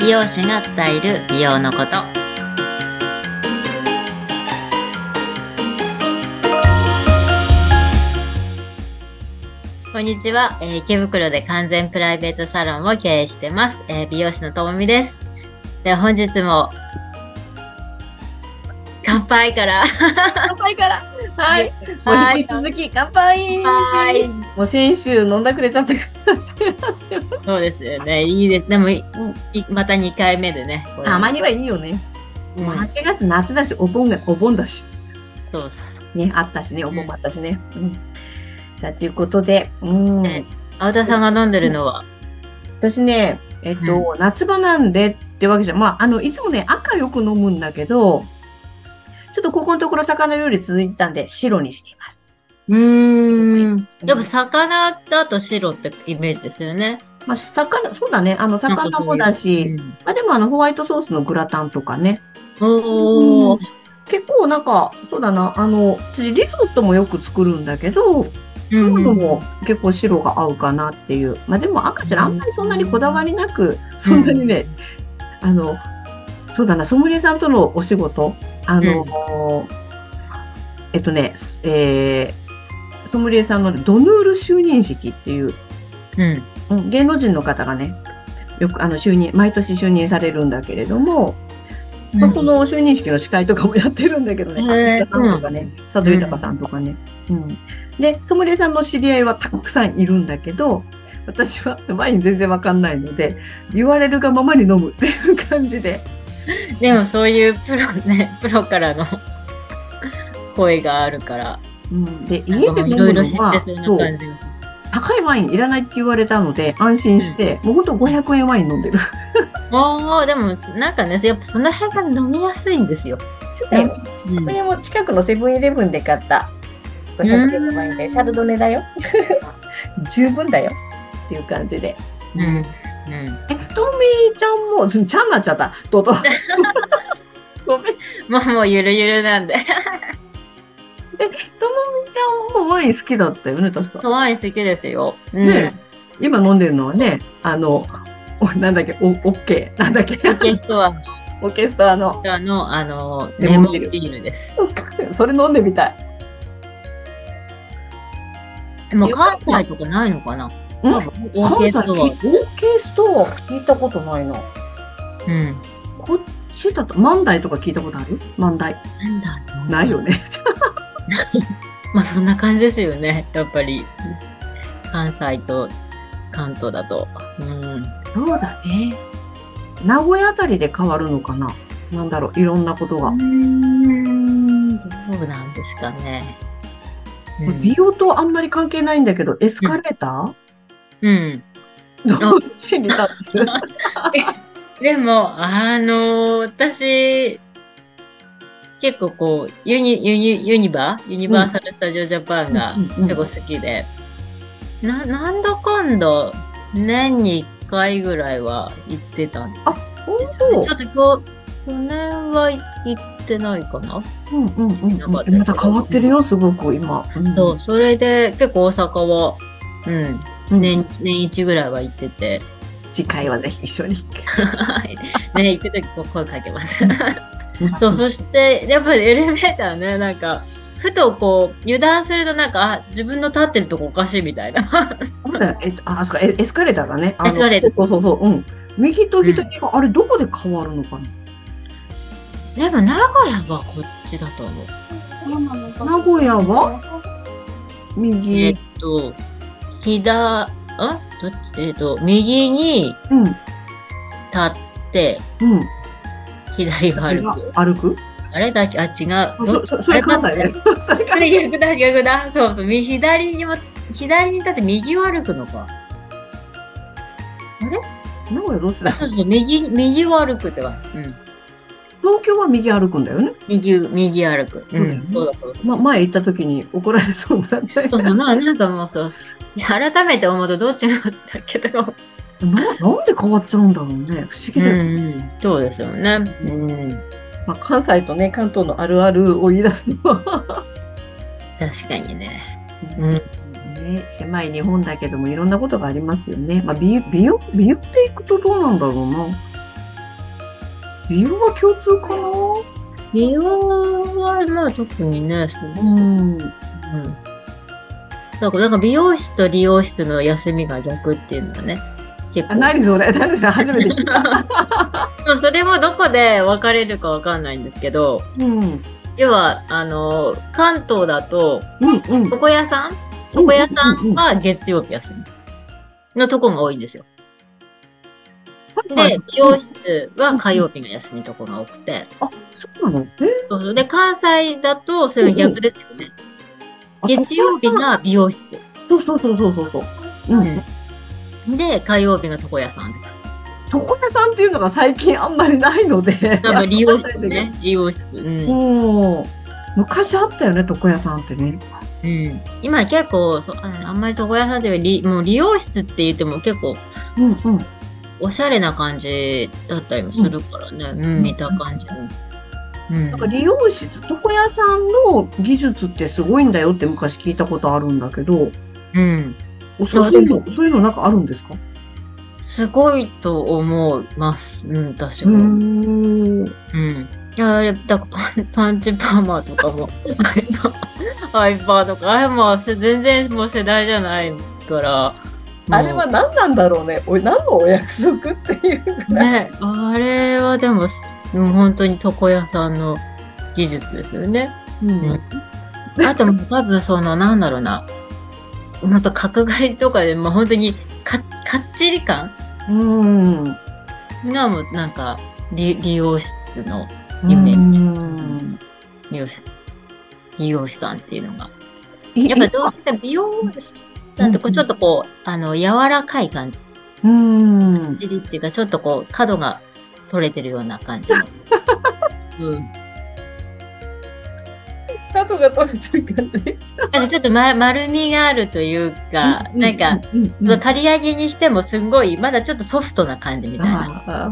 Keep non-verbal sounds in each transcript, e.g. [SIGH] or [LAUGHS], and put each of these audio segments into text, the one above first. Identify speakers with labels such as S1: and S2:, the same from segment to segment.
S1: 美容師が伝える美容のことこんにちは、えー池袋で完全プライベートサロンを経営してます、えー美容師のともみですで本日も乾杯から
S2: 乾杯から。はい。
S1: [LAUGHS] は
S2: はいい。続き乾杯。
S1: はい。
S2: もう先週飲んだくれちゃったから。すいません。
S1: そうですよねいいですでもいいまた2回目でね
S2: たまにはいいよね。
S1: うん
S2: もう8月夏だし、お盆が、お盆だし。
S1: そうそうそう
S2: ね、あったしね、お盆もあったしね。うん。さあ、ということで、うん。
S1: ね青田さんが飲んでるのは
S2: 私ね、えっと、夏場なんでってわけじゃ、まあ、あの、いつもね、赤よく飲むんだけど、ちょっとここのところ魚料理続いたんで、白にしています。
S1: うーん。
S2: うん
S1: やっぱ魚だと白ってイメージですよね。
S2: まあ、魚、そうだね、あの、
S1: なんかそ
S2: 魚
S1: ういう
S2: もだし、
S1: うん
S2: まあ、でもあの、ホワイトソースのグラタンとかね、
S1: おー。
S2: 結構なんか、そうだな、あの、私リゾットもよく作るんだけど、
S1: う
S2: そういうんのも結構白が合うかなっていう。まあでも赤ちゃんあんまりそんなにこだわりなく、そんなにね、あの、そうだな、ソムリエさんとのお仕事、あの、えっとね、えーソムリエさんのねドヌール就任式っていう、
S1: うん。
S2: うん芸能人の方がね、よくあの就任、毎年就任されるんだけれども、まあ、その就任式の司会とかもやってるんだけどね、
S1: へー
S2: 有田さんと
S1: そ
S2: か
S1: う
S2: ね、佐渡豊さんとかね、うん。で、ソムリエさんの知り合いはたくさんいるんだけど、私はワイン全然わかんないので、言われるがままに飲むっていう感じで、
S1: でもそういうプロね、 [LAUGHS] プロからの声があるから、
S2: うん、で、
S1: なん
S2: 家
S1: か
S2: で
S1: もう
S2: 飲
S1: いろ
S2: む
S1: い
S2: の
S1: ろ知って
S2: は、
S1: そう
S2: そ
S1: な
S2: う
S1: 感じです。
S2: 高いワインいらないって言われたので、安心して、もうほんと500円ワイン飲んでる。
S1: おー、でもなんかね、やっぱその辺が飲みやすいんですよ。
S2: で
S1: うん
S2: これも近くのセブンイレブンで買った500円のワインで、シャルドネだよ。十分だよ。っていう感じで。
S1: うん。
S2: え、とみちゃんも、ずちゃんなっちゃった。とと。ごめん。と
S1: うん。もうもうゆるゆるなんで。 [LAUGHS]
S2: みちゃんもワイン好きだったよね、確か。
S1: ワイン好きですよ。うん。
S2: ね今飲んでるのはね、あの、おなんだっけ、お、オッケー。なんだっけ、
S1: オーケストア
S2: オーケストラの。
S1: の、あの、レ
S2: レモ
S1: モン
S2: ン
S1: ビ
S2: ビー
S1: ー
S2: ル
S1: ルです。
S2: それ飲んでみたい。
S1: もう関西とかないのかな多分オーケ
S2: 関西
S1: スト
S2: きオ
S1: ア。
S2: ーケストラ聞いたことないな。
S1: うん。
S2: こっちだと、万代とか聞いたことある万代。
S1: なんだろう
S2: ないよね。
S1: [LAUGHS] まあそんな感じですよね。やっぱり。関西と関東だと。うん。
S2: そうだね。名古屋あたりで変わるのかななんだろう、いろんなことが。
S1: ん。どうなんですかね。う
S2: これ美
S1: ん。
S2: 容とあんまり関係ないんだけど、エスカレータ
S1: うん、
S2: ー、どっちに立つ
S1: でも、あのー私、結構こう、ユニ、ユニ、ユニバユニバーサル・スタジオ・ジャパンが
S2: うんうんうん
S1: 結構好きで、な、なんだかんだ、年に1回ぐらいは行ってたんで
S2: 本
S1: ちょっと今日、去年は行ってないかな。
S2: 当うんうんうん
S1: なんかあ
S2: う
S1: る
S2: ん。また変わってるよ、すごく今。うん
S1: そう、それで結構大阪は、うん、
S2: うん
S1: 年、年一ぐらいは行ってて、 [LAUGHS]
S2: 次回はぜひ一緒に。
S1: ね、行くときこう声かけ [LAUGHS] ます。そう、そして、やっぱりエレベーターね、なんか、ふとこう、油断するとなんか、あ、自分の立ってるとこおかしいみたいな。
S2: そうだよ [LAUGHS] えっとあ、そうか、エエスカレーターだね。あの
S1: エスカレーター
S2: そうそうそう。うん。右と左が、あれ、どこで変わるのか
S1: [LAUGHS] でも、名古屋はこっちだと思う。
S2: な名古屋は
S1: え
S2: 右
S1: っ。と、左、あどっちえっと、右に
S2: うん。
S1: 立って、
S2: うん。
S1: 左を歩く。
S2: 歩く
S1: あれだけ、あ、違う。
S2: そそそれ関西ね。 [LAUGHS] それ
S1: あ
S2: 関
S1: れ
S2: 西。
S1: 逆だ逆だ [LAUGHS] そうそう右左にも左に立って右を歩くのか
S2: 名古屋どっち
S1: あ
S2: だ
S1: そうそう右右を歩くってかうん
S2: 東京は右歩くんだよね。
S1: 右右歩くうん、
S2: うん
S1: そうだそうだ
S2: ま、前行った時に怒られそうだね。
S1: そうそうななんかもうそういや改めて思うとどっちがどっちだっけとか思う
S2: ななんで変わっちゃうんだろうね。不思
S1: う
S2: 議
S1: ん
S2: だよね。
S1: うんそうですよねうん
S2: まあ、関西とね、関東のあるあるを言い出すと。
S1: 確かにねうん。
S2: ね、狭い日本だけどもいろんなことがありますよね。まあ、美美容美容っていくとどうなんだろうな。美容は共通かな
S1: 美容はまあ特にね、そうですね
S2: ん。
S1: うん。そうか、なんか美容室と理容室の休みが逆っていうのはね、結構。
S2: あ何それ何それ初めて
S1: [LAUGHS]
S2: 聞いた。
S1: まあそれもどこで分かれるか分かんないんですけど、
S2: うん。うん
S1: 要は、あの、関東だと、
S2: うん。
S1: 床屋さん床屋さんは月曜日休みのとこが多いんですよ。
S2: うんはいは
S1: で
S2: い、
S1: 美容室は火曜日が休みのとこが多くて。
S2: あ、そうなのえ
S1: そうそうで、関西だと、それが逆ですよね。
S2: あ
S1: 月曜日が美容室。
S2: そうそうそうそうそうそう。う
S1: うん
S2: ん。
S1: で、火曜日が床屋さん。
S2: 床屋さんっていうのが最近あんまりないので。
S1: 多分、理容室ね。理容室。うん。
S2: うん。昔あったよね、床屋さんってね。
S1: うん、今結構そう、ああんまり床屋さんではり、もう理容室って言っても結構
S2: うんうん。
S1: おしゃれな感じだったりもするからね。うん、見た感じも。うん
S2: なんか理容室、床屋さんの技術ってすごいんだよって昔聞いたことあるんだけど、
S1: うん。
S2: おそうそういうの、そういうのなんかあるんですか
S1: すごいと思います。うん、確か
S2: う
S1: に。
S2: ん。
S1: うん。いやあれ、だからパンパンチパーマとかも、ハイパー、ハイパーとか、あれもせ全然もう世代じゃないから。もう
S2: あれは何なんだろうね。おい何のお約束っていうぐらい。
S1: ね、あれはでも、すもう本当に床屋さんの技術ですよね。
S2: うん
S1: あ [LAUGHS] ともう多分その、なんだろうな、ほんと角刈りとかで、もう本当にかかっちり感
S2: うん。
S1: がもうなんか、理理容室の、
S2: うん。
S1: 美容師、美容師さんっていうのが。や
S2: や
S1: っぱどうしても美容師さんってこうちょっとこう、あの、柔らかい感じ。
S2: うん。
S1: じりっていうか、ちょっとこう、角が取れてるような感じ [LAUGHS] の。うん。
S2: 角が取れてる感じ。
S1: なんかちょっと、ま、丸みがあるというか、なんか、、その刈り上げにしてもすごい、まだちょっとソフトな感じみたいな。
S2: ああ、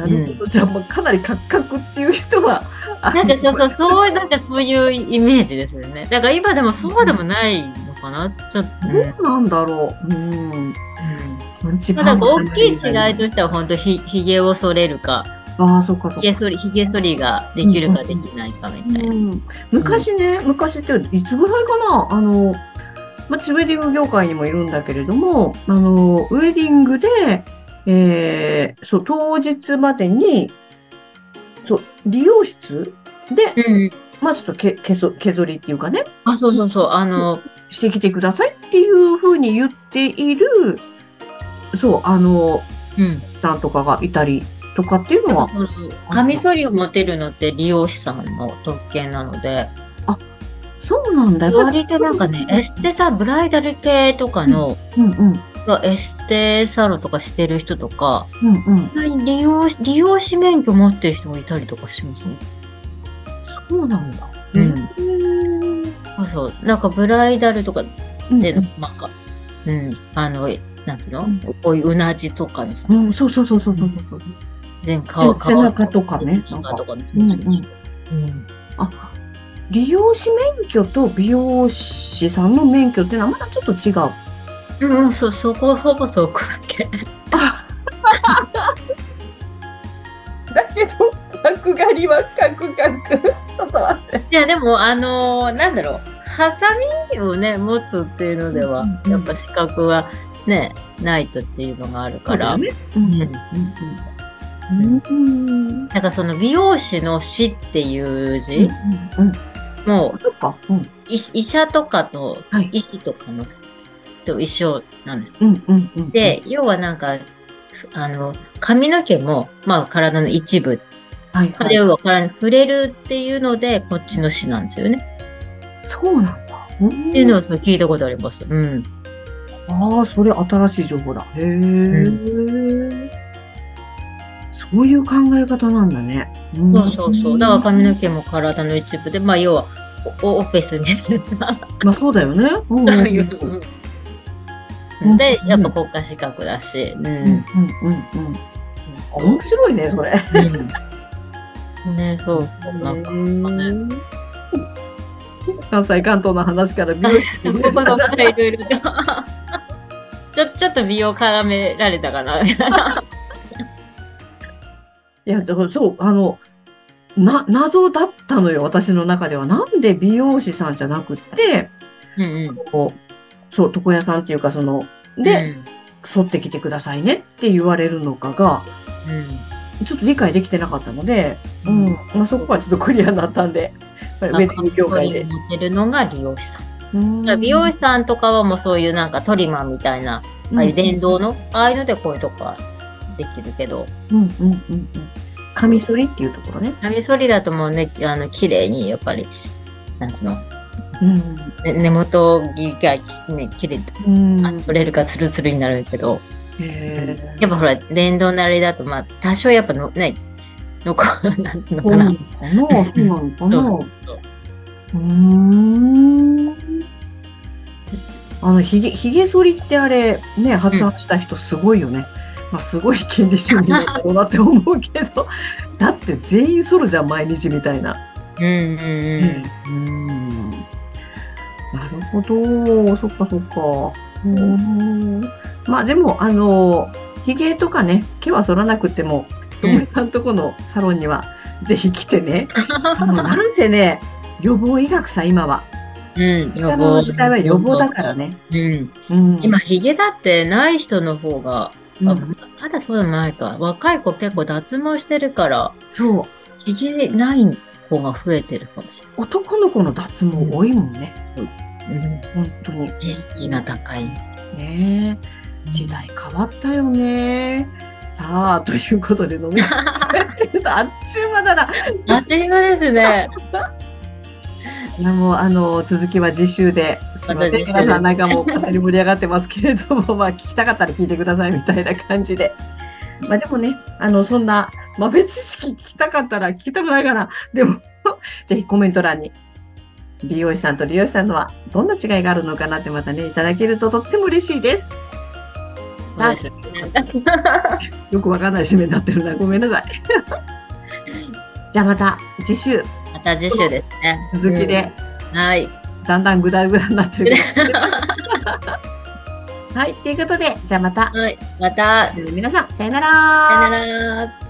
S2: なるほど。じゃあ、もうかなりカクカクっていう人は、あ
S1: なんかそうそう、そう、なんかそういうイメージですよね。だから今でもそうでもないのかな、ちょっと。うん
S2: どうなんだろう。うん。一
S1: まあ、だから大きい違いとしては本当ひひげを剃れるか
S2: ああ、そうか、
S1: ひ
S2: そうか
S1: げ剃りひげ剃りができるかできないかみたいな。
S2: うん昔ね、昔っていつぐらいかな、あの、まあ、チウェディング業界にもいるんだけれども、あの、ウェディングで、えーそう、当日までに、そう、理容室で、
S1: うん、
S2: まあ、ちょっとけけそ削りっていうかね、
S1: あそうそうそうあの
S2: してきてくださいっていうふうに言っている、そう、あの、
S1: うん
S2: さんとかがいたりとかっていうのは、
S1: そのカミソリを持てるのって理容師さんの特権なので
S2: そうなんだよ。
S1: 割となんかねエステさブライダル系とかの、
S2: うんうん。
S1: エステサロンとかしてる人とか
S2: うんうん。
S1: 理容師理容師免許持ってる人もいたりとかしますね。
S2: そうなんだ。
S1: うんそうそうなんかブライダルとか
S2: うん
S1: で、なんか、うん、あの、なんていうの、
S2: うん
S1: こういううなじとかにさ、
S2: うん、そうそうそうそうそうそう。
S1: 全顔、
S2: 背中とかね
S1: 背中とかね。
S2: うんう
S1: うん
S2: ん。あ、理容師免許と美容師さんの免許っていうのはまだちょっと違う。
S1: うん、うん、そ、そこ、ほぼそこだけ。
S2: [LAUGHS]
S1: [LAUGHS]
S2: だけど、角刈りは角角。ちょっと待って。
S1: いや、でも、あのーなんだろう、ハサミをね、持つっていうのでは、
S2: うん
S1: やっぱ資格はね、ないとっていうのがあるから、
S2: ね。うんうんうん。うん。
S1: なんかその美容師の師っていう字、
S2: うん。
S1: も
S2: あ、そっか。うん。
S1: う医医者とかと、
S2: はい
S1: 医師とかの、と一緒なんです
S2: うんうんうん。
S1: で、、要はなんか、あの、髪の毛も、まあ、体の一部。
S2: はい、
S1: こ
S2: は
S1: れ
S2: い。
S1: を体に触れるっていうので、こっちの詩なんですよね。
S2: そうなんだ。うん
S1: っていうのをそう聞いたことあります。うん。
S2: ああ、それ新しい情報だ。へえ、そういう考え方なんだね。ん
S1: そうそうそう。だから髪の毛も体の一部で、まあ、要は、おオフェスみたいなさ、
S2: まあそうだよね。うんうんう
S1: そうんいう
S2: うん
S1: で、やっぱ国家資格だし。うん。
S2: うんうんうん。面白いね、それ。
S1: うんね、そうそう。なんか、ね
S2: へえ関西関東の話から美容室
S1: こ
S2: に
S1: このからいろいろと。 [LAUGHS] ちょ、ちょっと美容絡められたかな。
S2: いや、だからそう、あの、な、謎だったのよ、私の中では。なんで美容師さんじゃなくって、
S1: [LAUGHS] うんうん。
S2: こうそう、床屋さんっていうか、その、で、剃ってきてくださいねって言われるのかが、ちょっと理解できてなかったので、
S1: う、
S2: うんん、
S1: うん。
S2: まあ、そこはちょっとクリアになったんで、やっぱりウェディング業
S1: それ
S2: 界
S1: に
S2: で。
S1: 持ってるのが美容師さん。
S2: うん
S1: 美容師さんとかはもうそういうなんかトリマーみたいな、ああいう電動の、ああいうのでこういうとこはできるけど、
S2: うんうんうんうん。カミソリっていうところね。
S1: カミソリだともうね、あの、綺麗にやっぱり、なんつうの、
S2: うん。
S1: ね根元がきね、綺麗に
S2: うん。
S1: あ取れるかツルツルになるけど、
S2: へー
S1: やっぱほら、電動のあれだと、まあ、多少やっぱの、ね、のこ、なんつうの
S2: そう
S1: か
S2: な
S1: な
S2: の。かなそうなのか
S1: [LAUGHS] そう
S2: な
S1: そうそう。
S2: うーん。あの、ひげ、ひげ剃りってあれ、ね、発案した人すごいよね。まあ、すごい権利主義なんだろうなって思うけど、 [LAUGHS] だって全員剃るじゃん、毎日みたいな。
S1: うんうん
S2: うん。なるほど。そっかそっか。うーん。まあ、でも、あの、ひげとかね、毛は剃らなくても、
S1: う
S2: お
S1: ん
S2: 前さんとこのサロンには、ぜひ来てね。あの、なんせね、予防医学さ、今は。
S1: うん。うん、予
S2: 体
S1: 防
S2: の。時代は予防だからね。
S1: うん。
S2: うん
S1: 今、ヒゲだってない人の方が、
S2: うん
S1: あまだそうでもないか。若い子結構脱毛してるから、
S2: そう。
S1: ヒゲない子が増えてるかもし
S2: 男の子の脱毛多いもんね。
S1: れない。うん。
S2: 本当に。
S1: 意識が高いんですよ。
S2: ねえ時代変わったよね。さあ、ということで飲み会 [LAUGHS] やってるとあっちゅう間だな。
S1: あっという間ですね。
S2: いやもうあの続きは次週で。すみま
S1: また
S2: せん。
S1: 次週で
S2: 皆さんなんかもうかなり盛り上がってますけれども、 [LAUGHS] まあ聞きたかったら聞いてくださいみたいな感じで。まあでもね、あのそんな豆知識聞きたかったら聞きたくないから、でも [LAUGHS] ぜひコメント欄に美容師さんと利用師さんのはどんな違いがあるのかなってまたねいただけるととっても嬉しいです。さあ
S1: そうです
S2: よくわかんない締めになってるなごめんなさい。 [LAUGHS] じゃあまた次週
S1: また次週ですね。
S2: 続きで。
S1: うん。はい。
S2: だんだんグダグダになってるけど。はい、ということで、じゃあまた。
S1: はい。また、さ
S2: 皆さん、さよ
S1: よなら。